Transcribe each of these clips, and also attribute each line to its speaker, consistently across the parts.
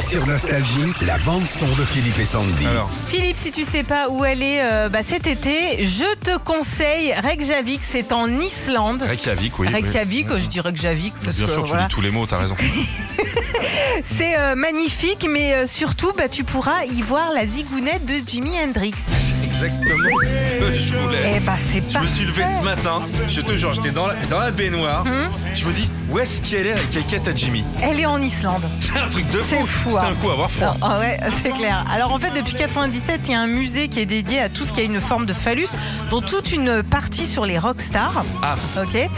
Speaker 1: Sur Nostalgie, la bande-son de Philippe et Sandy.
Speaker 2: Alors,
Speaker 3: Philippe, si tu sais pas où aller euh, bah, cet été, je te conseille Reykjavik, c'est en Islande.
Speaker 2: Reykjavik, oui. oui.
Speaker 3: Reykjavik, euh, je dis Reykjavik parce
Speaker 2: Bien
Speaker 3: que
Speaker 2: sûr, tu
Speaker 3: voilà.
Speaker 2: dis tous les mots, t'as raison.
Speaker 3: c'est euh, magnifique, mais euh, surtout bah, tu pourras y voir la zigounette de Jimi Hendrix.
Speaker 2: C'est exactement ce que je voulais.
Speaker 3: Eh bah c'est
Speaker 2: Je
Speaker 3: pas.
Speaker 2: me suis levé ce matin, je te jure, j'étais dans la, dans la baignoire.
Speaker 3: Hmm
Speaker 2: Je me dis, où est-ce qu'elle est la caquette à Jimmy
Speaker 3: Elle est en Islande.
Speaker 2: C'est un truc de fou.
Speaker 3: C'est fou,
Speaker 2: C'est
Speaker 3: hein.
Speaker 2: un coup à avoir froid.
Speaker 3: Ah ah ouais, c'est clair. Alors en fait, depuis 97, il y a un musée qui est dédié à tout ce qui a une forme de phallus, dont toute une partie sur les rockstars.
Speaker 2: Ah.
Speaker 3: Ok.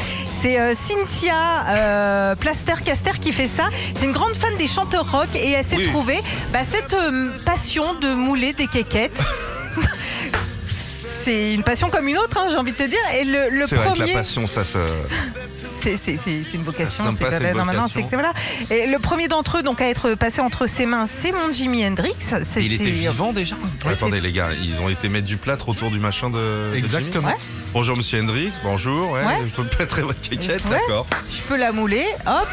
Speaker 3: C'est euh, Cynthia euh, Plaster-Caster qui fait ça. C'est une grande fan des chanteurs rock et elle s'est
Speaker 2: Oui.
Speaker 3: trouvée bah, cette euh, passion de mouler des quéquettes. C'est une passion comme une autre, hein, j'ai envie de te dire. Et le, le
Speaker 2: C'est vrai que la
Speaker 3: premier,
Speaker 2: passion, ça se.
Speaker 3: c'est c'est- c'est- c'est une vocation.
Speaker 2: Non,
Speaker 3: C'est
Speaker 2: pas,
Speaker 3: pas-
Speaker 2: c'est une
Speaker 3: non, maintenant,
Speaker 2: vocation.
Speaker 3: c'est que- voilà. Et le premier d'entre eux, donc à être passé entre ses mains, c'est mon Jimi Hendrix. C'était-
Speaker 2: déjà Attendez, les gars, ils ont été mettre du plâtre autour du machin de. de
Speaker 4: Exactement.
Speaker 2: Jimi. Bonjour, monsieur Hendrix, bonjour. Ouais,
Speaker 3: Ouais.
Speaker 2: Je peux me plâtrer votre caquette,
Speaker 3: Ouais.
Speaker 2: d'accord.
Speaker 3: je peux la mouler, hop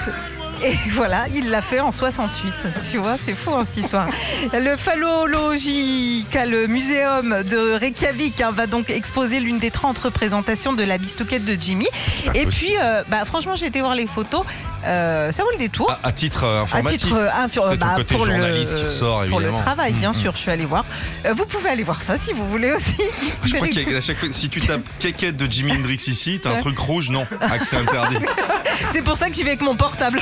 Speaker 3: et voilà, il l'a fait en 68. Tu vois, c'est fou hein, cette histoire. Le Phallological Museum de Reykjavik hein, va donc exposer l'une des 30 représentations de la bistouquette de Jimmy.
Speaker 2: pas
Speaker 3: Et
Speaker 2: possible.
Speaker 3: puis, euh, bah, franchement, j'ai été voir les photos. Euh, ça vaut le détour.
Speaker 2: À, à titre euh,
Speaker 3: À
Speaker 2: informatif.
Speaker 3: titre euh, info-
Speaker 2: C'est ton
Speaker 3: bah,
Speaker 2: côté
Speaker 3: pour le-
Speaker 2: journaliste qui ressort,
Speaker 3: pour le
Speaker 2: évidemment.
Speaker 3: travail, bien
Speaker 2: Mm, Ah,
Speaker 3: sûr. Je suis allée voir. Euh, vous pouvez aller voir ça si vous voulez aussi.
Speaker 2: Je crois qu'à chaque fois, si tu tapes caquette de Jimi Hendrix ici, t'as un truc rouge, non. Accès interdit.
Speaker 3: C'est pour ça que j'y vais avec mon portable.